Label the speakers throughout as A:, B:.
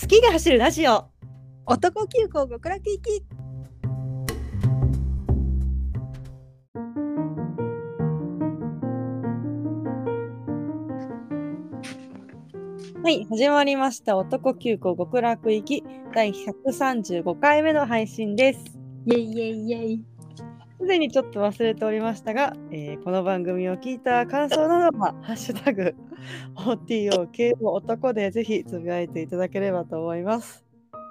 A: 好きが走るラジオ
B: 男急行極楽行き
A: はい始まりました男急行極楽行き第135回目の配信です
B: イェイイェイイェイ
A: すでにちょっと忘れておりましたが、えーこの番組を聞いた感想などは「ハッシュタグ #OTOK を男」でぜひつぶやいていただければと思います。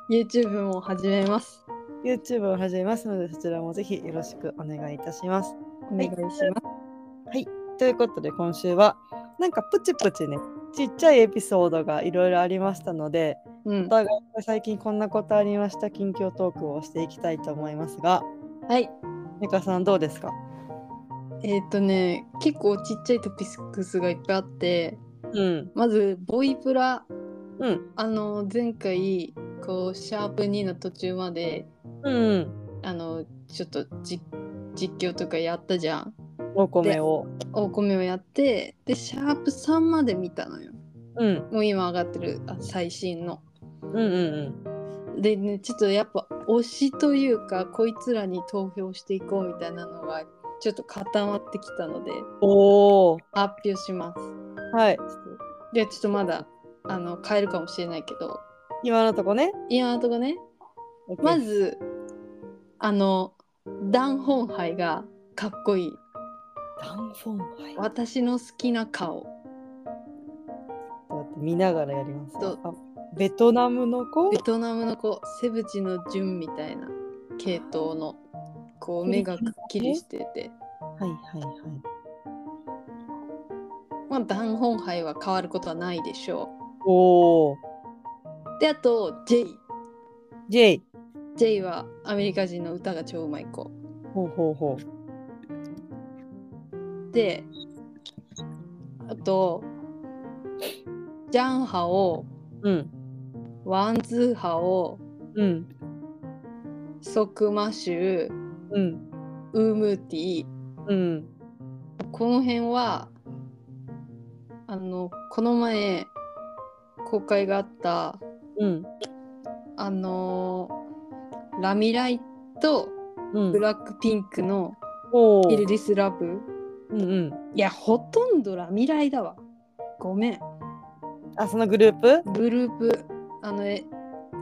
B: YouTube も始めます
A: YouTube を始めますのでそちらもぜひよろしくお願いいたします。
B: お願いします、
A: ということで今週はなんかプチプチねちっちゃいエピソードがいろいろありましたので
B: うん
A: お、互い最近こんなことありました近況トークをしていきたいと思いますが
B: はい
A: 美香さんどうですか
B: えーっ、とね結構ちっちゃいトピックスがいっぱいあって
A: うん
B: まずボイプラ
A: うん
B: あの前回こうシャープ2の途中まで
A: うん
B: あのちょっとじ実況とかやったじゃん
A: お米を
B: お米をやってでシャープ3まで見たのよ
A: うん
B: もう今上がってるあ最新の
A: うんうん
B: でねちょっとやっぱ推しというかこいつらに投票していこうみたいなのがちょっと固まってきたので
A: おお
B: 発表します
A: はい
B: でちょっとまだあの変えるかもしれないけど
A: 今のとこね
B: 今のとこねまずあのダン・ホンハイがかっこいい
A: ダンフォンはいちょっ
B: 私の好きな顔
A: と待って見ながらやります
B: どう
A: あベトナムの子
B: ベトナムの子セブチのジュンみたいな系統のこう目がくっきりしてて
A: はいはいはい
B: まあダン・ホンハイは変わることはないでしょ
A: おお
B: うであとジェイ
A: J
B: ジェイはアメリカ人の歌が超うまい子
A: ほうほうほ
B: であとジャンハオ
A: ううん
B: ワンズーハオ
A: うん
B: ソクマシュ
A: うん
B: ウムティ
A: うん
B: この辺はあのこの前公開があった
A: うん
B: あのラミライと
A: うん
B: ブラックピンクの
A: お
B: 「
A: ー
B: イルディス・ラブ
A: うんうん」
B: いやほとんどラミライだわごめん
A: あそのグループ
B: グループあのえ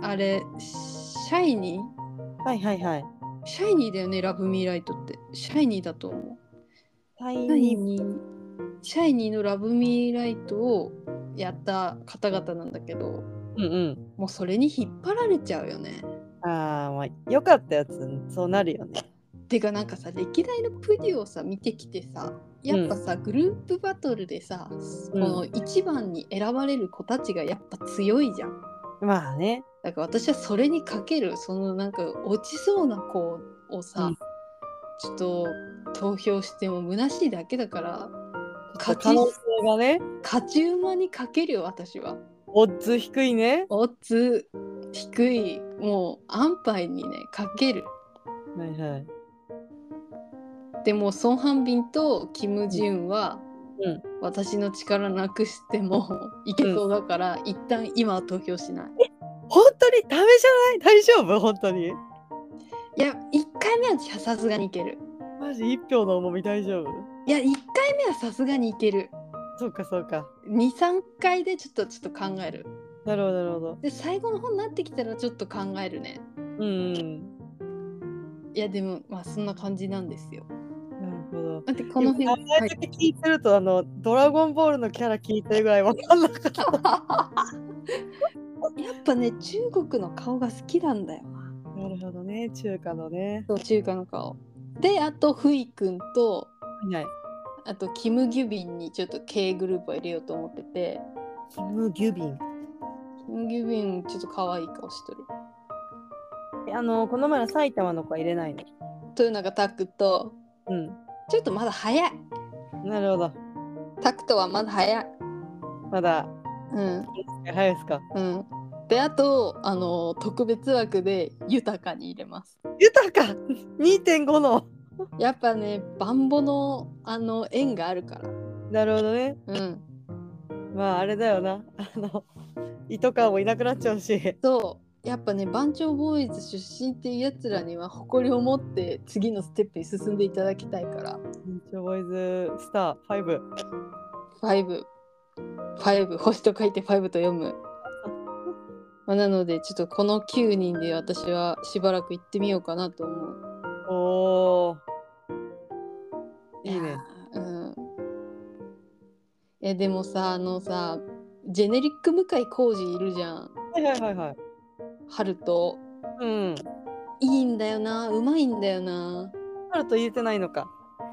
B: あれシャイニー
A: はいはいはい
B: シャイニーだよねラブミーライトってシャイニーだと思う
A: タイ
B: シャイ
A: ミー
B: ニーシャイニーのラブミーライトをやった方々なんだけど
A: うん
B: もうそれに引っ張られちゃうよね
A: うんあーまあよかったやつそうなるよね
B: てかなんかさ歴代のプデュをさ見てきてさやっぱさ、グループバトルでさ、
A: うん
B: この一番に選ばれる子たちがやっぱ強いじゃん
A: まあね
B: だから私はそれにかけるそのなんか落ちそうな子をさ、
A: うん
B: ちょっと投票しても虚しいだけだから勝
A: 可
B: ち
A: 能性がね
B: 勝ち馬にかけるよ私は
A: オッズ低いね
B: オッズ低いもう安牌にねかける
A: はいはい
B: でもソン・ハンビンとキム・ジュンは、
A: うん
B: 私の力なくしても いけそうだから、一旦今は投票しない
A: 本当にダメじゃない大丈夫本当に
B: いや1回目はさすがにいける
A: マジ一票の重み大丈夫
B: いや1回目はさすがにいける
A: そうかそうか
B: 23回でちょっとちょっと考える
A: なるほどなるほど
B: で最後の方になってきたらちょっと考えるね
A: うん
B: いやでもまあそんな感じなんですよ
A: なるほど
B: だってこの辺
A: 今名前
B: は
A: だけ聞いてると、あのドラゴンボールのキャラ聞いてるぐらいわかんなかった
B: いやっぱね中国の顔が好きなんだよな
A: なるほどね中華のね
B: そう中華の顔であとフイ君と
A: はい
B: あとキム・ギュビンにちょっと K グループを入れようと思ってて
A: キム・ギュビン
B: キム・ギュビンちょっと可愛い顔してる
A: えあのこの前の埼玉の子は入れないの
B: 豊永拓と
A: う
B: ちょっとまだ早い
A: んなるほど
B: 拓とはまだ早い
A: まだ
B: うん
A: 早いですか
B: うん、であとあの特別枠で豊かに入れます
A: 豊か2.5の
B: やっぱねバンボのあの縁があるから
A: なるほどね
B: うん
A: まああれだよなあの糸川もいなくなっちゃうし
B: そうやっぱね番長ボーイズ出身っていうやつらには誇りを持って次のステップに進んでいただきたいから
A: 緊張ボーイズスター5
B: 5 5星と書いて5と読む。まあなのでちょっとこの9人で私はしばらく行ってみようかなと思う。
A: おーいい
B: や
A: ね
B: ー。うん。えでもさあのさジェネリック向井浩二いるじゃん
A: はいはいはいはい
B: 春と
A: うん
B: いいんだよなうまいんだよな
A: あると言えてないのか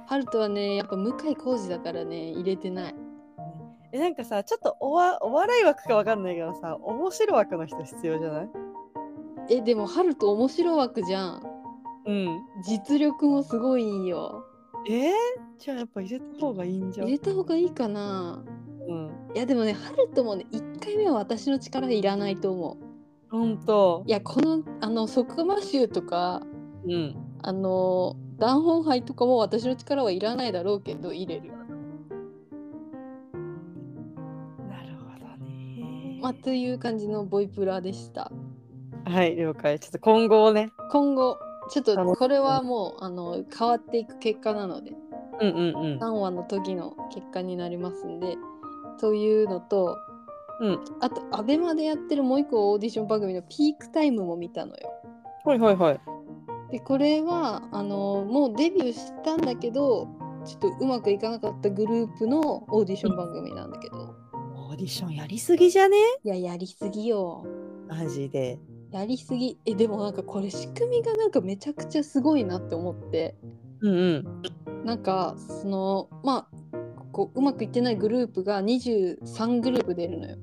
B: 春とはねやっぱ向井浩二だからね入れてない
A: えなんかさちょっとおわお笑い枠かわかんないけどさ面白枠の人必要じゃない
B: えでも春と面白枠じゃん
A: うん
B: 実力もすごいんよ
A: えー、じゃあやっぱ入れた方がいいんじゃん
B: 入れた方がいいかな
A: うん
B: いやでもねハルトもね1回目は私の力いらないと思う
A: ほんと
B: いやこのあの即魔集とか
A: うん
B: あの断本杯とかも私の力はいらないだろうけど入れる
A: なるほどね
B: まあという感じのボイプラでした
A: はい了解ちょっと今後をね
B: 今後ちょっと
A: 楽しみ
B: これはもうあの変わっていく結果なので
A: うんうん
B: 3話の時の結果になりますんでというのと、
A: うん
B: あと ABEMA でやってるもう一個オーディション番組のピークタイムも見たのよ
A: はいはいはい
B: でこれはあのもうデビューしたんだけどちょっとうまくいかなかったグループのオーディション番組なんだけど、
A: オーディションやりすぎじゃね
B: いややりすぎよ
A: マジで
B: やりすぎえでもなんかこれ仕組みがなんかめちゃくちゃすごいなって思って
A: うんうん
B: なんかそのまあこううまくいってないグループが23グループ出るのよ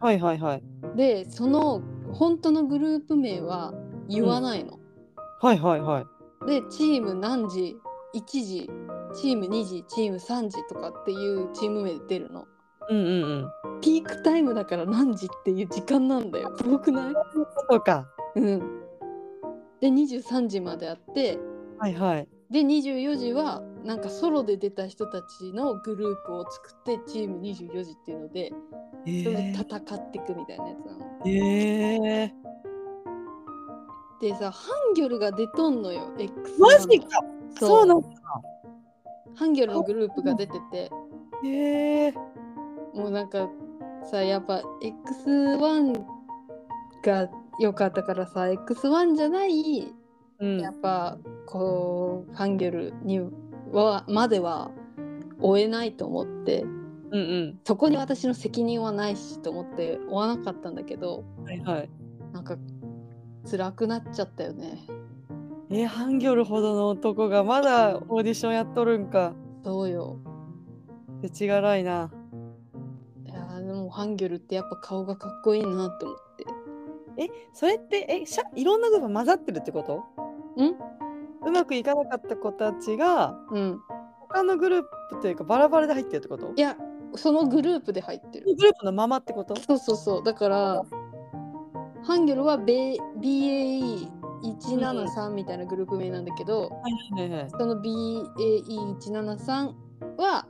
A: はいはいはい
B: でその本当のグループ名は言わないの、
A: はいはいはい
B: でチーム何時1時チーム2時チーム3時とかっていうチーム名で出るの
A: うんうんうん
B: ピークタイムだから何時っていう時間なんだよすごくない
A: そうか
B: うんで23時まであって
A: はいはい
B: で24時はなんかソロで出た人たちのグループを作ってチーム24時っていうので
A: え
B: それで
A: ー
B: 戦っていくみたいなやつなの。
A: えー、
B: でさハンギョルが出とんのよ X
A: マジか
B: そう
A: そうなんだ
B: ハンギョルのグループが出てて
A: ええ
B: もうなんかさやっぱ X1 が良かったからさ X1 じゃない
A: うん
B: やっぱこうファンギョルにはまでは追えないと思って
A: うん
B: そこに私の責任はないしと思って追わなかったんだけど
A: うんはいはい
B: なんか辛くなっちゃったよね
A: えー、ハンギョルほどの男がまだオーディションやっとるんか
B: そうよ
A: 世知辛いない
B: やーでもハンギョルってやっぱ顔がかっこいいなと思って
A: えそれってえしゃいろんな部分混ざってるってこと
B: ん
A: うまくいかなかった子たちが
B: うん
A: 他のグループというかバラバラで入ってるってこと
B: いやそのグループで入ってる
A: グループのままってこと
B: そうそうそうだからハンギョルはベ BAE173 みたいなグループ名なんだけ
A: は
B: ど、
A: いはいはい
B: その BAE173 は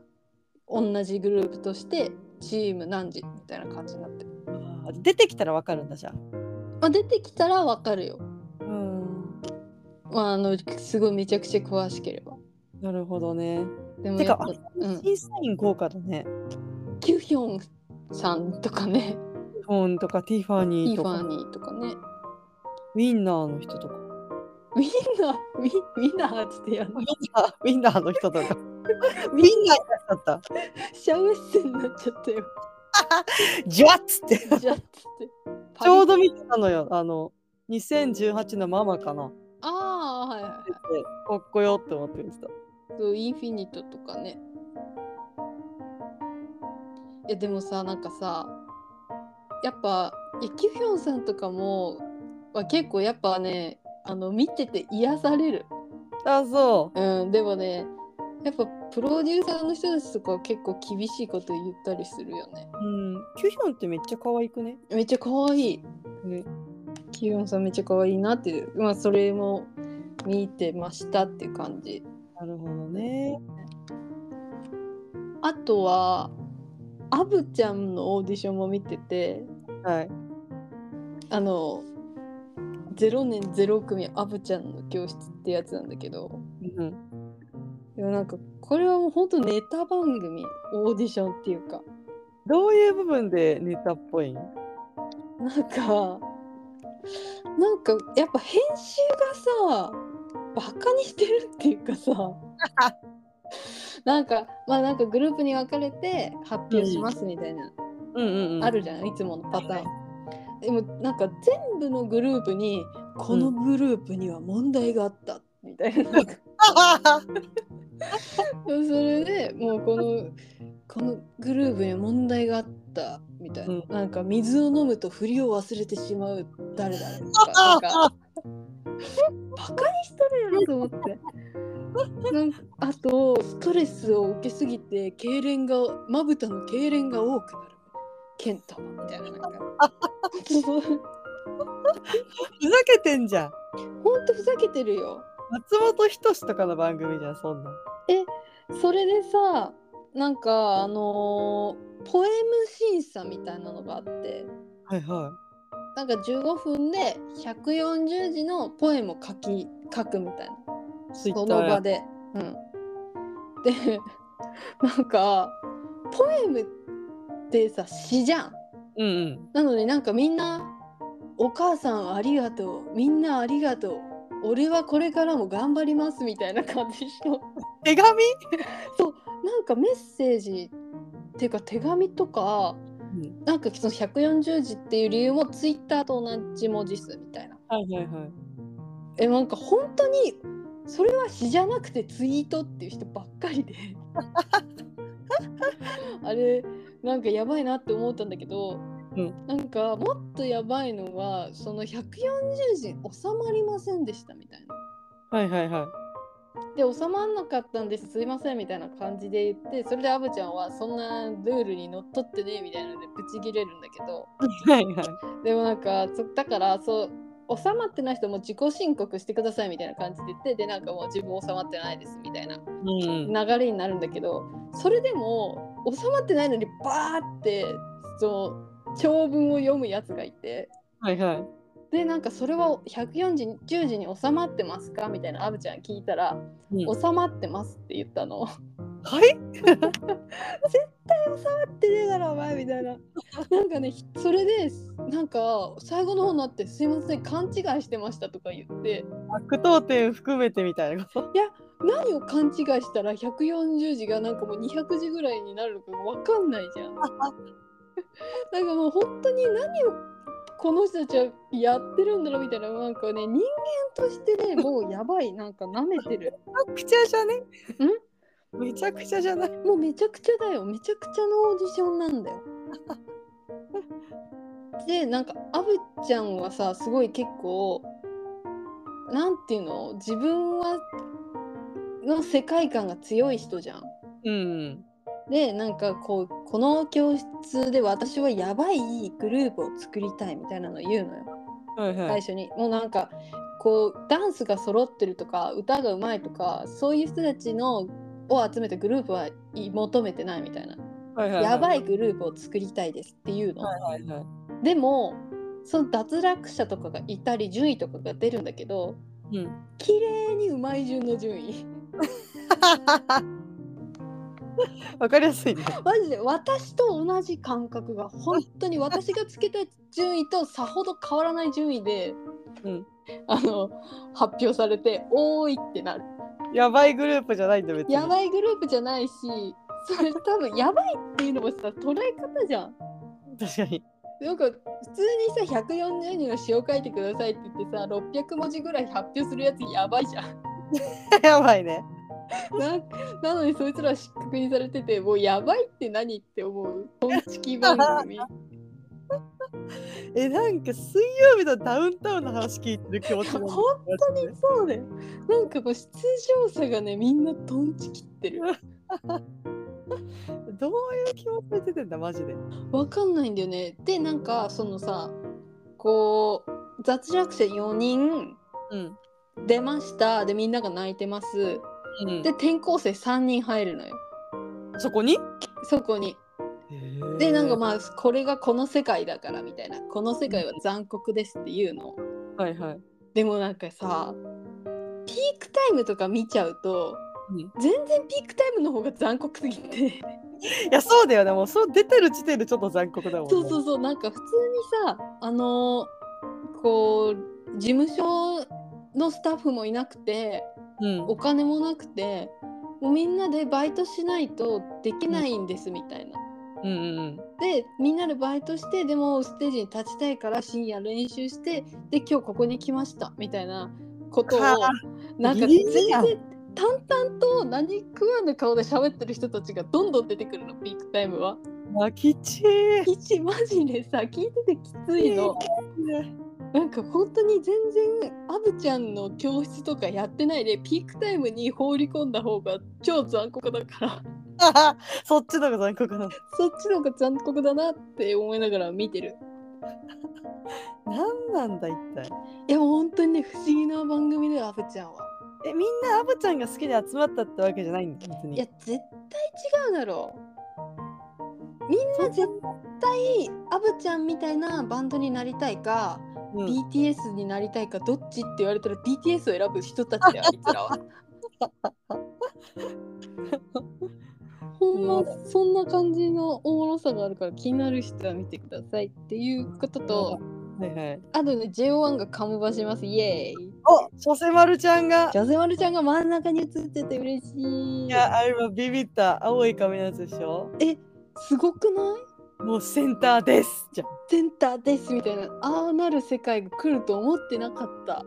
B: 同じグループとしてチーム何時みたいな感じになってる、
A: あー出てきたらわかるんだじゃん
B: まあ、出てきたらわかるよ、
A: うん
B: まあ、あのすごいめちゃくちゃ詳しければ
A: なるほどね
B: でも
A: て
B: や
A: か
B: っぱ
A: あ
B: うん、
A: 審査員豪華だね
B: キュヒョンさんとかね
A: フォンとかティファ
B: テ
A: ニ
B: ィ
A: ー
B: フ
A: と
B: ァ
A: か
B: ニーとかね
A: ウィンナーの人とか
B: みんなみみんなーっつってやん
A: ウィンナ ーウィンナーの人とか ウィンナーだった
B: シャウエッセンになっちゃったよ
A: ジュワッつって
B: じゃあっつって。
A: ちょうど見てたのよ。あの、2018のママかな。
B: ああ、はいはいは
A: でかっこよって思って見てた。
B: い。そう、インフィニットとかね。いや、でもさ、なんかさ、やっぱ、いやキュヒョンさんとかも、は結構やっぱね、あの、見てて癒される。
A: あ、そ
B: うん、でもね、やっぱプロデューサーの人たちとかは結構厳しいこと言ったりするよね。
A: う。うん。キュヒョンってめっちゃ可愛くね。
B: めっちゃ可愛い。
A: ね。
B: キュヒョンさんめっちゃ可愛いなっていう、まあ、それも見てましたっていう感じ。
A: なるほどね。
B: あとはアブちゃんのオーディションも見てて
A: はい。
B: あの0年0組アブちゃんの教室ってやつなんだけど
A: うん、
B: でもなんかこれはもうほんとネタ番組オーディションっていうか
A: どういう部分でネタっぽいん
B: なんかなんかやっぱ編集がさバカにしてるっていうかさなんかまあなんかグループに分かれて発表しますみたいな、
A: うんうんうん、
B: あるじゃんいつものパターン。でもなんか全部のグループにこのグループには問題があったみたい な。なんかそれでもうこのこのグループには問題があったみたいな、
A: うん
B: なんか水を飲むと振りを忘れてしまう誰だとかな んかバカにしとるやろと思って。なんかあとストレスを受けすぎて痙攣がまぶたの痙攣が多くなるケントみたいななんか ほ
A: ふざ
B: んと
A: けてんじゃん
B: ほんとふざけてるよ
A: 松本人志とかの番組じゃんそんなん
B: それでさなんかあのーポエム審査みたいなのがあって
A: はいは
B: なんか15分で140字のポエムを書き書くみたいない
A: ツイ
B: そ
A: ッ
B: の
A: ター
B: 場で。うん、でなんかポエムってさ詩じゃん。
A: うんうん
B: なのでなんかみんな「お母さんありがとうみんなありがとう俺はこれからも頑張ります」みたいな感じの
A: 手紙、
B: なんかメッセージっていうか手紙とか
A: うん、
B: なんかその140字っていう理由もツイッターと同じ文字数みたいな。
A: はいはいはい
B: えなんか本当にそれは詩じゃなくてツイートっていう人ばっかり であれなんかやばいなって思ったんだけど、
A: うん
B: なんかもっとやばいのはその140字収まりませんでしたみたいな。
A: はいはいはい
B: で収まんなかったんですすいませんみたいな感じで言ってそれでアブちゃんはそんなルールにのっとってねみたいなのでブチギレるんだけど
A: はいはい
B: でもなんかそだからそう収まってない人も自己申告してくださいみたいな感じで言ってでなんかもう自分収まってないですみたいな
A: うん
B: 流れになるんだけどそれでも収まってないのにバーってその長文を読むやつがいて
A: はいはい
B: でなんかそれは140 10時に収まってますかみたいなアブちゃん聞いたら
A: うん
B: 収まってますって言ったの。
A: はい
B: ってねえだろお前みたいな なんかねひそれでなんか最後の方になって「すいません勘違いしてました」とか言って
A: 悪党点含めてみたいなこと
B: 何を勘違いしたら140字がなんかもう200字ぐらいになるのか分かんないじゃん。 なんかもう本当に何をこの人たちはやってるんだろうみたいななんかね人間としてねもうやばいなんか舐めてる
A: めちゃくちゃじゃねめちゃくちゃじゃない
B: もうめちゃくちゃだよめちゃくちゃのオーディション なんだよ。でなんかアブちゃんはさすごい結構なんていうの自分はの世界観が強い人じゃん。
A: うん
B: でなんかこうこの教室で私はやばいグループを作りたいみたいなの言うのよ。
A: はいは
B: 最
A: い
B: 初にもうなんかこうダンスが揃ってるとか歌がうまいとかそういう人たちのを集めたグループは求めてないみたいな、
A: はいはい
B: やば
A: い
B: いグループを作りたいですっていうの、
A: はいはい
B: でもその脱落者とかがいたり順位とかが出るんだけど
A: うん
B: 綺麗にうまい順の順位
A: わかりやすいね
B: マジで私と同じ感覚が本当に私がつけた順位とさほど変わらない順位で、
A: うん
B: あの発表されて「おーい!」ってなる。
A: やばいグループじゃないんだ別に
B: やばいグループじゃないしそれ多分やばいっていうのもさ捉え方じゃん。
A: 確かに
B: なんか普通にさ140人の詩を書いてくださいって言ってさ600文字ぐらい発表するやつやばいじゃん。
A: やばいね
B: な なのにそいつらは失格にされててもうやばいって何って思う。本式番組。
A: えなんか水曜日のダウンタウンの話聞いてる気持ち
B: 本当にそうだよ。なんかもう出場者がねみんなトンチ切ってる。
A: どういう気持ちで出てんだマジで
B: わかんないんだよね。でなんかそのさこう雑落者4人
A: うん
B: 出ましたでみんなが泣いてます
A: うん
B: で転校生3人入るのよ
A: そこに
B: そこに
A: へ
B: でなんかまあこれがこの世界だからみたいなこの世界は残酷ですっていうの
A: あはいはい
B: でもなんかさピークタイムとか見ちゃうと
A: い
B: 全然ピークタイムの方が残酷すぎて
A: やそうだよねもうそう出てる時点でちょっと残酷だもんね
B: そうそうそうなんか普通にさあのこう事務所のスタッフもいなくて
A: うん
B: お金もなくてもうみんなでバイトしないとできないんですみたいな。
A: うんうん
B: でみんなでバイトしてでもステージに立ちたいから深夜練習してで今日ここに来ましたみたいなことを
A: は
B: なんか
A: ギリ
B: 全
A: ギリ
B: 然
A: やん
B: 淡々と何食わぬ顔で喋ってる人たちがどんどん出てくるのピークタイムは。
A: うんあきちー
B: きちマジでさ聞いててきついの。なんか本当に全然アブちゃんの教室とかやってないでピークタイムに放り込んだ方が超残酷だから
A: そっちの方が残酷なの
B: そっちの方が残酷だなって思いながら見てる。
A: 何なんだ一体
B: いやもう本当にね不思議な番組だよアブちゃんは。
A: えみんなアブちゃんが好きで集まったってわけじゃないんだ別
B: い
A: に
B: や絶対違うだろう。みんな絶対アブちゃんみたいなバンドになりたいか、
A: うん
B: BTS になりたいかどっちって言われたら BTS を選ぶ人た ちだよあいつらは。ほんまそんな感じのおもろさがあるから気になる人は見てくださいっていうことと
A: はいはい
B: あとね JO1 が鴨場しますイエーイ
A: お初世丸ちゃんが
B: ジョゼマルちゃんが真ん中に映ってて嬉しい。
A: いやあれはビビった青い髪のやつでしょ
B: すごくない
A: もうセンターですじゃん
B: センターですみたいなああなる世界が来ると思ってなかった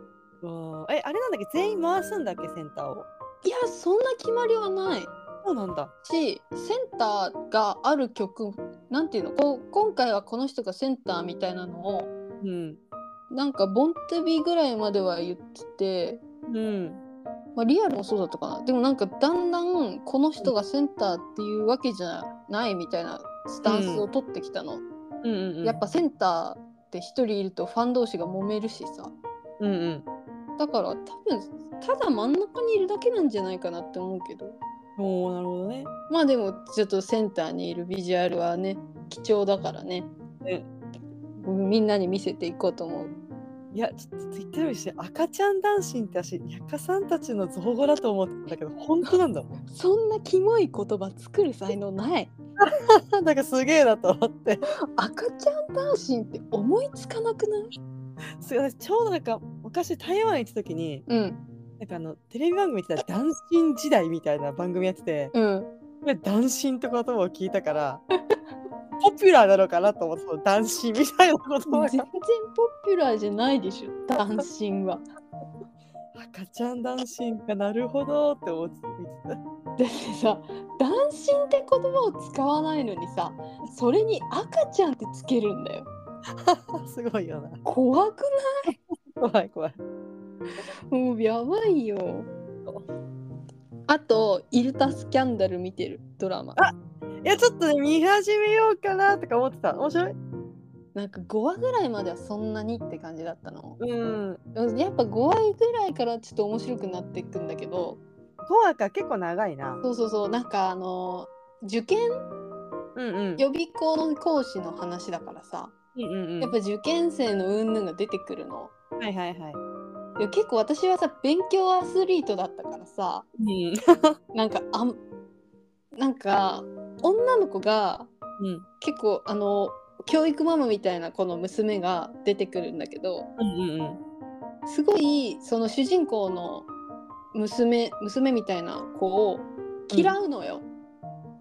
A: わあえあれなんだっけ全員回すんだっけセンターを
B: いやそんな決まりはない
A: そうなんだ
B: しセンターがある曲なんていうのこう今回はこの人がセンターみたいなのを
A: うん
B: なんかボンテビぐらいまでは言ってて、
A: うん
B: まあ、リアルもそうだったかなでもなんかだんだんこの人がセンターっていうわけじゃないみたいなスタンスを取ってきたの、
A: うんうんうん
B: やっぱセンターって一人いるとファン同士が揉めるしさ
A: うんうん
B: だから多分ただ真ん中にいるだけなんじゃないかなって思うけど
A: おおなるほどね
B: まあでもちょっとセンターにいるビジュアルはね貴重だからね
A: ね
B: うんみんなに見せていこうと思う
A: いやちょっと言ってるし赤ちゃん男子って私にゃかさんたちの造語だと思ってたけど本当なんだ もん
B: そんなキモい言葉作る才能ない
A: なんかすげえなと思って
B: 赤ちゃん男子って思いつかなくない
A: すごいちょうどなんか昔台湾行った時に
B: うん
A: なんかあのテレビ番組ってたら「男神時代」みたいな番組やってて
B: うん
A: これ「男神」って言葉を聞いたから ポピュラーなのかなと思ってその「男神」みたいな言葉
B: 全然
A: が
B: ポピュラーじゃないでしょ男神は
A: 赤ちゃん男神かなるほどって思って見てた
B: だってさ男神って言葉を使わないのにさそれに赤ちゃんってつけるんだよ
A: すごいよな
B: 怖く
A: 怖い怖い
B: ないもうやばいよあとイルタスキャンダル見てるドラマ
A: いやちょっとね見始めようかなとか思ってた面白い
B: なんか5話ぐらいまではそんなにって感じだったの
A: うん
B: でもやっぱ5話ぐらいからちょっと面白くなっていくんだけど
A: コアか結構長いな
B: そうそうそうなんかあの受験
A: うんうん
B: 予備校の講師の話だからさ
A: うんうんうん
B: やっぱ受験生の云々が出てくるの
A: はいはいはい
B: でも結構私はさ勉強アスリートだったからさ
A: うん
B: なんかあんなんか女の子が
A: うん
B: 結構あの教育ママみたいなこの娘が出てくるんだけど
A: うんうん
B: すごいその主人公の娘娘みたいな子を嫌うのよ。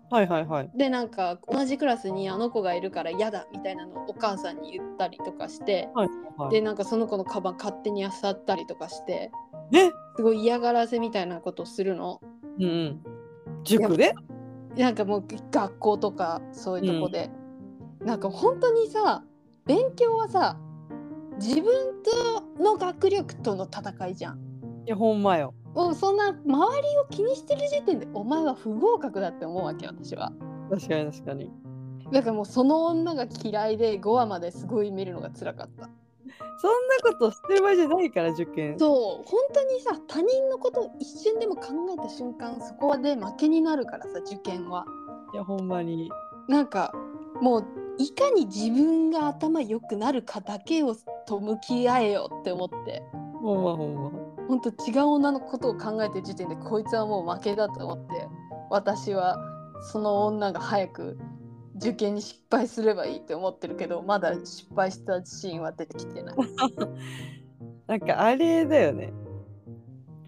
A: はいはいはい
B: でなんか同じクラスにあの子がいるから嫌だみたいなのをお母さんに言ったりとかして、
A: はい
B: でなんかその子のカバン勝手に漁ったりとかして
A: ね
B: すごい嫌がらせみたいなことをするの。
A: うんうん塾で
B: なんかもう学校とかそういうとこで、なんか本当にさ勉強はさ自分との学力との戦いじゃん。
A: いやほんまよ
B: もうそんな周りを気にしてる時点でお前は不合格だって思うわけ私は。
A: 確かに確かに
B: だからもうその女が嫌いで5話まですごい見るのが辛かった。
A: そんなことしてる場合じゃないから受験
B: そう本当にさ他人のことを一瞬でも考えた瞬間そこで負けになるからさ受験は。
A: いやほんまに
B: なんかもういかに自分が頭良くなるかだけをと向き合えよって思って
A: ほんまほんま。
B: ほんと違う女のことを考えてる時点でこいつはもう負けだと思って私はその女が早く受験に失敗すればいいって思ってるけどまだ失敗したシーンは出てきてない。
A: なんかあれだよね。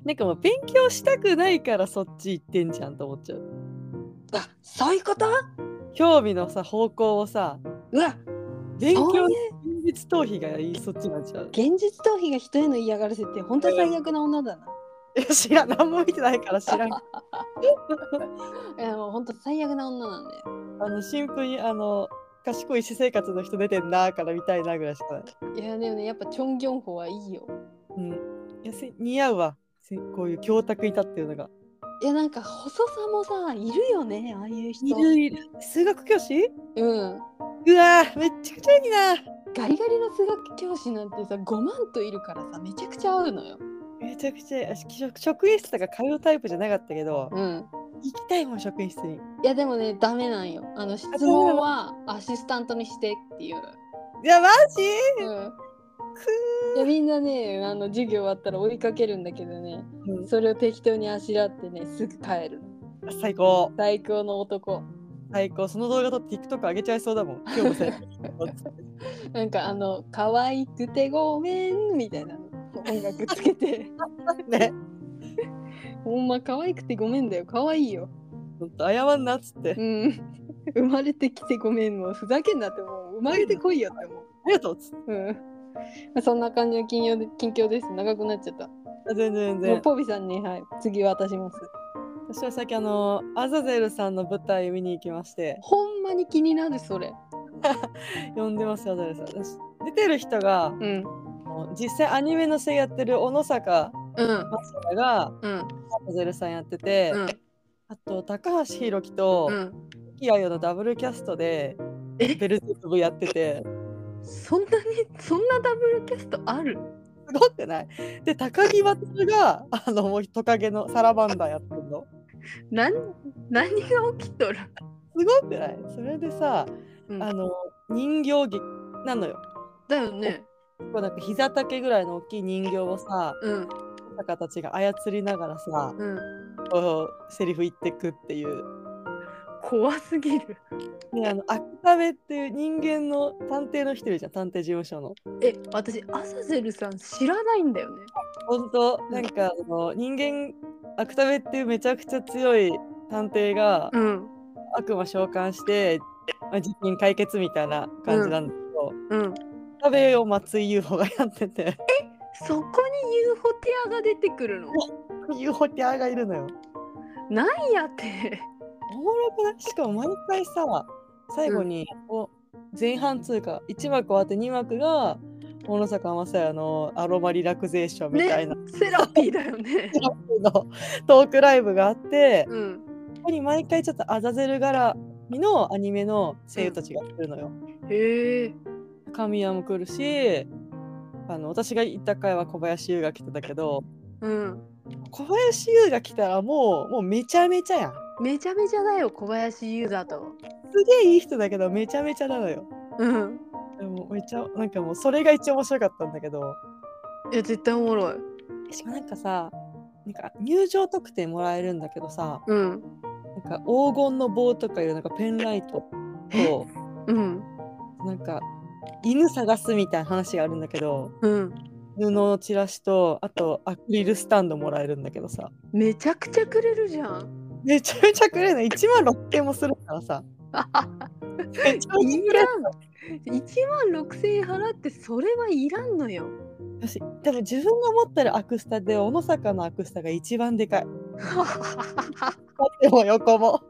A: なんかもう勉強したくないからそっち行ってんじゃんと思っちゃう。
B: あそういうこと
A: 興味のさ方向をさ
B: うわ
A: 勉強
B: そう
A: 現
B: いう
A: 実逃避がいいそっちになっちゃう。
B: 現実逃避が人への嫌がらせって本当に最悪な女だな。
A: いや知らん何も見てないから知らん。
B: いやもう本当最悪な女なんだよ。
A: あのシンプルにあの賢い私生活の人出てんなーから見たいなぐらいしかない。
B: いやでもねやっぱチョンギョンホはいいよ。
A: うん。いやせ似合うわ。せこういう教託いたっていうのが。
B: いやなんか細さもさいるよねああいう人。
A: いる。数学教師
B: うん。
A: うわーめっちゃくちゃいいな。
B: ガリガリの数学教師なんてさ5万といるからさめちゃくちゃ合うのよ。
A: めちゃくちゃいいあし職職員室とか通うタイプじゃなかったけど、
B: うん。
A: 行きたいもん職員室に。
B: いやでもねダメなんよ。あの質問はアシスタントにしてっていう。
A: いやマジ
B: うん。
A: く
B: いやみんなねあの授業終わったら追いかけるんだけどね
A: うん
B: それを適当にあしらってねすぐ帰る
A: ー最高
B: 最高の男
A: 最高その動画と TikTok 上げちゃいそうだもん今日も最高
B: なんかあの「可愛くてごめん」みたいな音楽つけて
A: ね
B: ほんま可愛くてごめんだよ可愛いよ
A: ほんと謝んなっつって
B: うん 生まれてきてごめんもうふざけんなってもう生まれてこいよって思
A: ありがとうっつって
B: ううんそんな感じの近況で近況です長くなっちゃった
A: あ全然全
B: もう
A: 然
B: ポビさんにはい次渡します
A: 私はさっきあのアザゼルさんの舞台見に行きまして
B: ほんまに気になるそれ
A: 呼んでますよアザゼルさん私出てる人が
B: うん
A: 実際アニメの声優やってる小野坂
B: うん
A: 松也がア
B: うん
A: ザゼルさんやってて、
B: うん
A: あと高橋宏樹と
B: うん
A: 鈴木彩のダブルキャストで
B: え
A: ベルゼブブやってて
B: そんなにそんなダブルキャストある
A: すごくないで高木渉があのもうトカゲのサラバンダーやってるの
B: なん何が起きとる、
A: すごくないそれでさ
B: うん
A: あの人形劇なのよ
B: だよね
A: こうなんか膝丈ぐらいの大きい人形をさ
B: うん
A: 坂たちが操りながらさ
B: うん
A: こうセリフ言ってくっていう。
B: 怖すぎる
A: ね、あの芥部っていう人間の探偵の一人じゃん探偵事務所の。
B: え私アサゼルさん知らないんだよね
A: 本当なんかあの人間芥部っていうめちゃくちゃ強い探偵が
B: うん
A: 悪魔召喚して、まあ、事件解決みたいな感じなんだけど、
B: うん
A: 赤部を松井優穂がやってて
B: そこに UFO ティアが出てくるの
A: 優穂ってあがいるのよ。
B: なんやって
A: おもろくないしかも毎回さ最後に、こう前半通過1幕終わって2幕が小野坂雅也のアロマリラクゼーションみたいな、
B: セラピーだよね
A: のトークライブがあって、
B: うん
A: ここに毎回ちょっとアザゼル絡みのアニメの声優たちが来るのよ。
B: へえ
A: 神谷も来るしあの私が行った回は小林優が来てたけど
B: うん
A: 小林優が来たらもうもうめちゃめちゃやん。
B: めちゃめちゃだよ小林優だと
A: すげえいい人だけどめちゃめちゃなのよ。
B: うん
A: でもめっちゃなんかもうそれが一番面白かったんだけど
B: いや絶対おもろい
A: しかもなんかさなんか入場特典もらえるんだけどさ
B: うん
A: なんか黄金の棒とかいうなんかペンライトと
B: うん
A: なんか犬探すみたいな話があるんだけど
B: うん
A: 布のチラシとあとアクリルスタンドもらえるんだけどさ
B: めちゃくちゃくれるじゃん
A: めちゃめちゃくれない1万6円もするからさめちゃめちゃくれる
B: 1万6000円払ってそれはいらんの よ
A: 私多分自分が持ってるアクスタで小野坂のアクスタが一番でかい縦も横も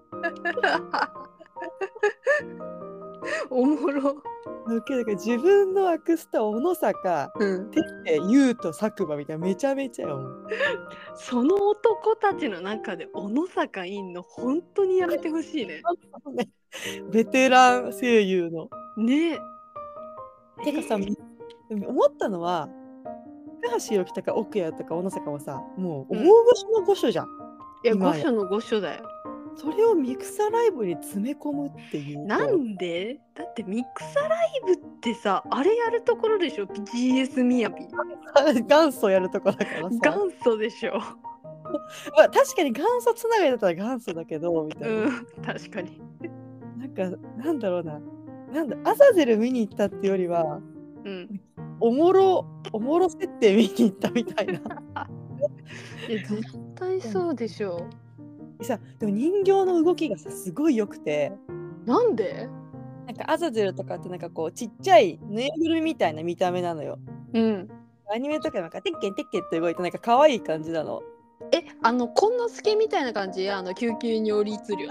B: おもろ
A: だけど自分のアクスタ小野坂
B: うん
A: え優と佐久間みたいなめちゃめちゃよ もう
B: その男たちの中で小野坂いんの本当にやめてほしいね
A: ねベテラン声優の。
B: ね
A: てかさ
B: え
A: 思ったのは高橋宏樹とか奥谷とか小野坂はさもう
B: う
A: 大
B: ん
A: 御所の御所じゃん。
B: いや
A: 今
B: 御
A: や
B: 所の御所だよ
A: それをミクサライブに詰め込むっていう
C: なんでだってミクサライブってさあれやるところでしょ GS みやび
A: 元祖やるとこだからさ、
C: 元祖でしょ
A: まあ、確かに元祖つながりだったら元祖だけどみたいな、
C: うん確かに
A: なんかなんだろうななんだアザゼル見に行ったってよりは
C: うん
A: おもろおもろ設定見に行ったみたいな
C: いや絶対そうでしょ
A: さでも人形の動きがさすごい良くて
B: なんで
A: なんかアザゼルとかってなんかこうちっちゃいぬいぐるみみたいな見た目なのよ
B: うん
A: アニメとかなんかテッケンテッケンって動いてなんか可愛い感じなの
B: えあのこんなすけみたいな感じあの救急尿律量
A: い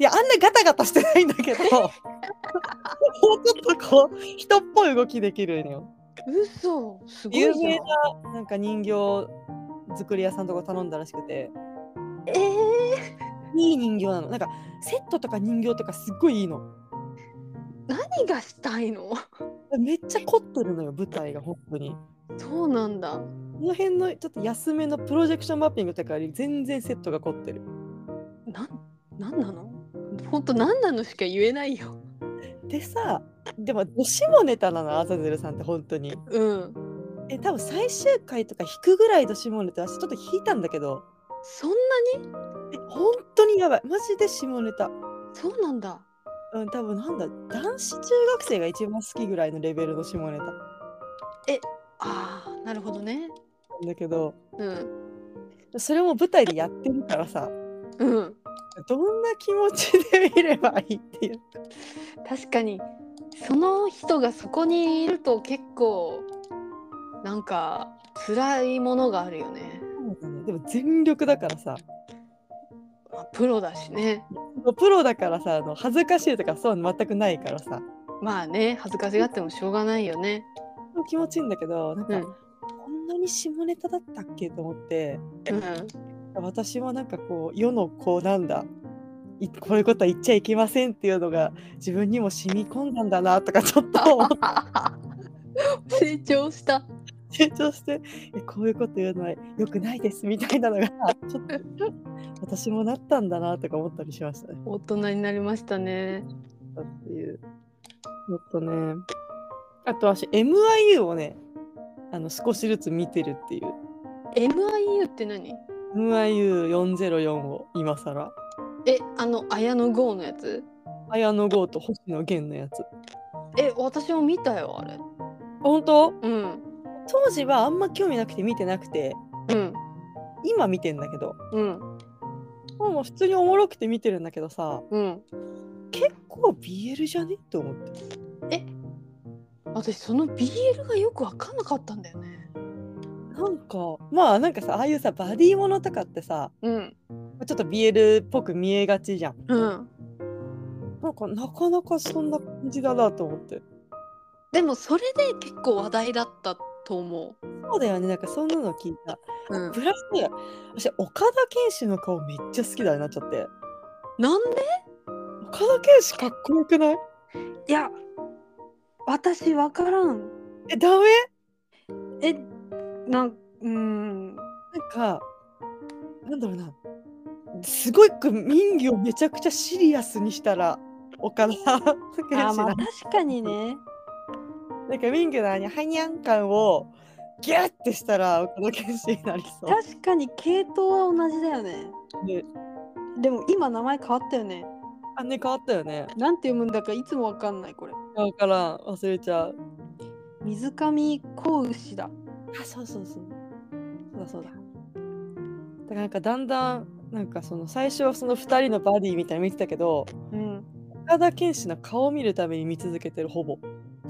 A: やあんなガタガタしてないんだけど もうちょっとこう人っぽい動きできるのよ
B: 嘘すごい
A: 有
B: じゃん
A: 名ななんか人形作り屋さんとか頼んだらしくて
C: え
A: いい人形なのなんかセットとか人形とかすっごいいいの
B: 何がしたいの
A: めっちゃ凝ってるのよ舞台が本当に
B: そうなんだ
A: この辺のちょっと安めのプロジェクションマッピングとかより全然セットが凝ってる
B: なんなんなのほんと何なのしか言えないよ
A: でさでもど下ネタなのアザゼルさんって本当に
B: うん
A: え多分最終回とか引くぐらいど下ネタ私ちょっと引いたんだけど
B: そんなに
A: え本当にやばいマジで下ネタ
B: そうなんだ
A: うん多分なんだ男子中学生が一番好きぐらいのレベルの下ネタなん
B: あーなるほどね
A: だけど
B: うん
A: それも舞台でやってるからさ
B: うん
A: どんな気持ちで見ればいいっていう
B: 確かにその人がそこにいると結構なんか辛いものがあるよね、
A: でも全力だからさ
B: まあ、プロだしね
A: プロだからさあの恥ずかしいとかそういうの全くないからさ
B: まあね恥ずかしがってもしょうがないよね
A: 気持ちいいんだけどなん
B: う
A: か、
B: ん、
A: こんなに下ネタだったっけと思って
B: うん、
A: 私はなんかこう世の子なんだいこういうことは言っちゃいけませんっていうのが自分にも染み込んだんだなとかちょっと思って
B: 成長した
A: 成長してえこういうこと言うのは良くないですみたいなのがちょっと私もなったんだなとか思ったりしましたね。
B: 大人になりましたね
A: っていうちょっとねあと私 MIU をねあの少しずつ見てるっていう
B: MIU って何
A: MIU404 を今更
B: えあの綾野剛のやつ
A: 綾野剛と星野源のやつ
B: え私も見たよあれ
A: 本当
B: うん
A: 当時はあんま興味なくて見てなくて
B: うん
A: 今見てんだけど
B: うん
A: もう普通におもろくて見てるんだけどさ
B: うん
A: 結構 BL じゃねって思って
B: 私その BL がよく分かんなかったんだよね
A: なんかまあなんかさああいうさバディものとかってさ
B: うん
A: ちょっと BL っぽく見えがちじゃん
B: うん
A: なんかなかなかそんな感じだなと思って
B: でもそれで結構話題だったと思う
A: そうだよねなんかそんなの聞いた
B: うん
A: プラス私岡田健志の顔めっちゃ好きだになっちゃって
B: なんで
A: 岡田健志かっこよくない
C: いや私分からん
A: えダメ
C: えなんうん
A: なんかなんだろうなすごく民儀をめちゃくちゃシリアスにしたら岡田健
C: あ
A: 志
C: ま
A: な
C: あ確かにね
A: なんか民家のあにハニャン感をギュッてしたら岡田健志になりそう。
C: 確かに系統は同じだよね
A: ね
C: でも今名前変わったよね
A: あね変わったよね。
B: なんて読むんだかいつも分かんないこれ
A: だからん忘れちゃう。
B: 水上幸牛だ
A: あそうそうそう。そうだそうだ。だからなんかだんだんなんかその最初はその2人のバディみたいに見てたけど
B: うん
A: 岡田健志の顔を見るために見続けてるほぼ。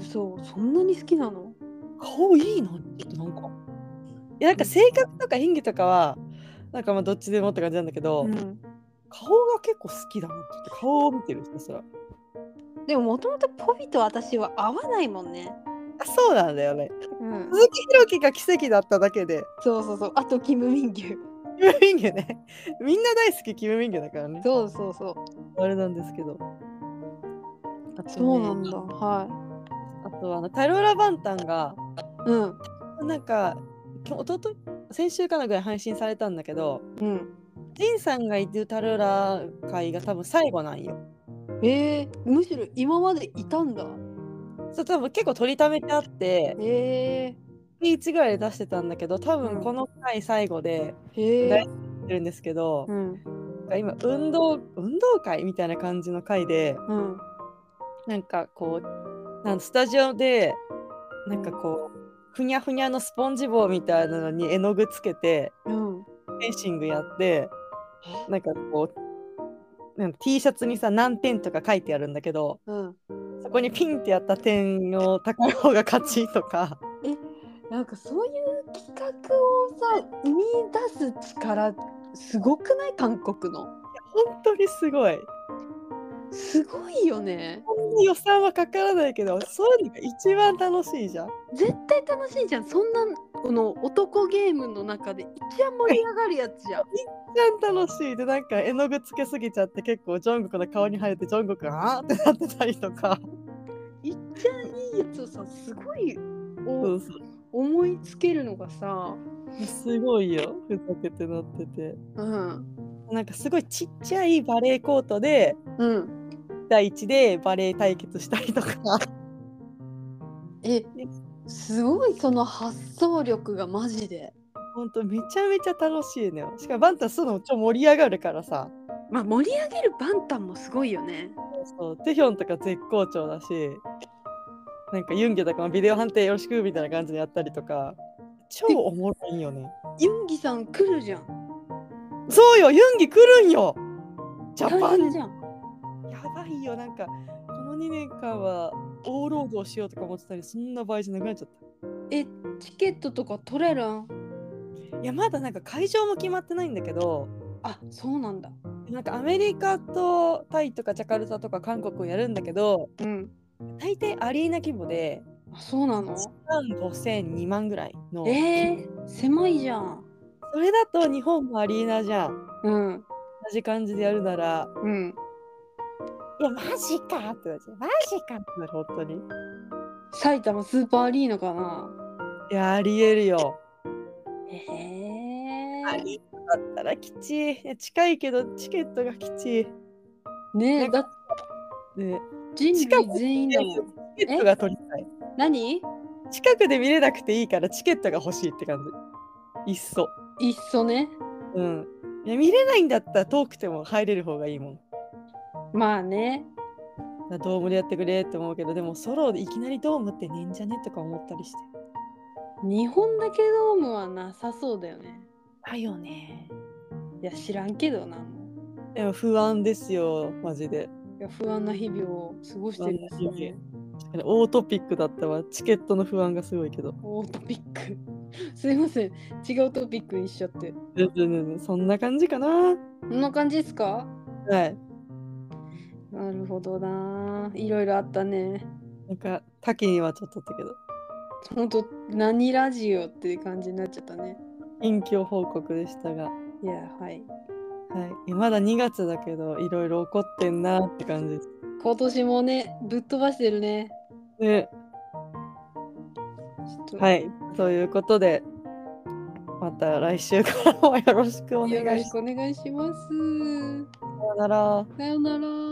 B: そうそんなに好きなの
A: 顔いいなってなんか。いやなんか性格とか演技とかはなんかまあどっちでもって感じなんだけど、
B: うん
A: 顔が結構好きだなって言って顔を見てるひたすら。
B: でももともとポビと私は合わないもんね
A: あそうなんだよね。
B: うん
A: 鈴木ひろきが奇跡だっただけで、
B: そうそうそうあとキム・ミンギュ
A: キム・ミンギュね、みんな大好きキム・ミンギュだからね、
B: そうそうそう
A: あれなんですけど。あと,、
B: そうなんだは
A: あとはあのタローラ・バンタンが、
B: いうん
A: なんか、きょ一昨日先週かなぐらい配信されたんだけど、
B: うん
A: 仁さんがいるタルラ会が多分最後なんよ。
B: えー、むしろ今までいたんだ。
A: そう多分結構取りためてあって
B: え
A: 1ぐらいで出してたんだけど多
B: うん
A: 分この回最後で
B: ー、え
A: 大
B: ー
A: 事。出るんですけど
B: う、ん
A: 今運動運動会みたいな感じの回で
B: うん
A: なんかこうなんスタジオでなんかこうふにゃふにゃのスポンジ棒みたいなのに絵の具つけて
B: うん。
A: フェンシングやってなんかこうなんか T シャツにさ何点とか書いてあるんだけど
B: うん。
A: そこにピンってやった点の高い方が勝ちとか
B: なんかそういう企画をさ生み出す力すごくない韓国の
A: 本当にすごい
B: すごいよね
A: そんな予算はかからないけどそういうのが一番楽しいじゃん。
C: 絶対楽しいじゃんそんなこの男ゲームの中で一番盛り上がるやつじゃん
A: 一番楽しいでなんか絵の具つけすぎちゃって結構ジョングクの顔に生えてジョングクがあー ってなってたりとか。
B: いっちゃいいやつをさすごいお
A: そうそう
B: 思いつけるのがさ、
A: すごいよふざけてなってて
B: うん
A: なんかすごいちっちゃいバレーコートで
B: うん、
A: 第一でバレー対決したりとか
B: えすごいその発想力がマジで。
A: ほんとめちゃめちゃ楽しいのよしかもバンタンそういうのもちょ盛り上がるからさ
C: まあ盛り上げるバンタンもすごいよね
A: そうテヒョンとか絶好調だしなんかユンギョとかもビデオ判定よろしくみたいな感じでやったりとか超おもろいんよね
B: ユンギさん来るじゃん。
A: そうよユンギ来るんよジャパ
B: 大
A: ン
B: 変じゃん。
A: やばいよなんかこの2年間は大労働しようとか思ってたりそんな場合じゃなくなっちゃった
B: え、チケットとか取れるん
A: いやまだなんか会場も決まってないんだけど
B: あ、そうなんだ。
A: なんかアメリカとタイとかジャカルタとか韓国をやるんだけど
B: うん。
A: 大体アリーナ規模で
B: あ、そうなの
A: 1万5002万ぐらいの
B: えー、狭いじゃん。
A: それだと日本もアリーナじゃん
B: うん。
A: 同じ感じでやるなら
B: うん。
A: いやマジかってなっちゃうマジかってなる本当に
B: 埼玉スーパーアリーナかな。
A: いやありえるよ
B: え
A: ア
B: ー。
A: リーナだったらきちいいや近いけどチケットがきちい
B: ね
A: な
B: え、
A: ん
B: だ
A: か
B: って
A: ね
B: 人
A: しかも
B: 類全員
A: チ
B: だもん。
A: ケットが取りたい
B: 何
A: 近くで見れなくていいからチケットが欲しいって感じいっそ
B: いっそね。
A: うん。いや見れないんだったら遠くても入れる方がいいもん。だか
B: まあね。
A: らドームでやってくれって思うけどでもソロでいきなりドームってねえんじゃねとか思ったりして。
B: 日本だけドームはなさそうだよね。
A: あよね。
B: いや、知らんけどな、も
A: でも不安ですよマジで。
B: う。いや、不安な日々を過ごしてるんですよね。
A: 確かにオートピックだったわチケットの不安がすごいけど。
B: オートピック。 すいません。違うトピックにしちゃって。
A: 全然全然そんな感じかな。は
B: こんな感じですか
A: い。
B: なるほどな。いろいろあったね。
A: なんか多岐にはちょっとあったけど
B: ほんと、何ラジオっていう感じになっちゃったね。
A: 近況報告でしたが。
B: いや、はい。
A: はい、まだ2月だけどいろいろ起こってんなって感じです
B: 今年もね、ぶっ飛ばしてるね。
A: ね。
B: ちょっと
A: はい、ということで、また来週からもよろしくお願
B: よろ
A: い
B: し
A: し
B: くお願いします。
A: ます。さようなら。
B: さようなら。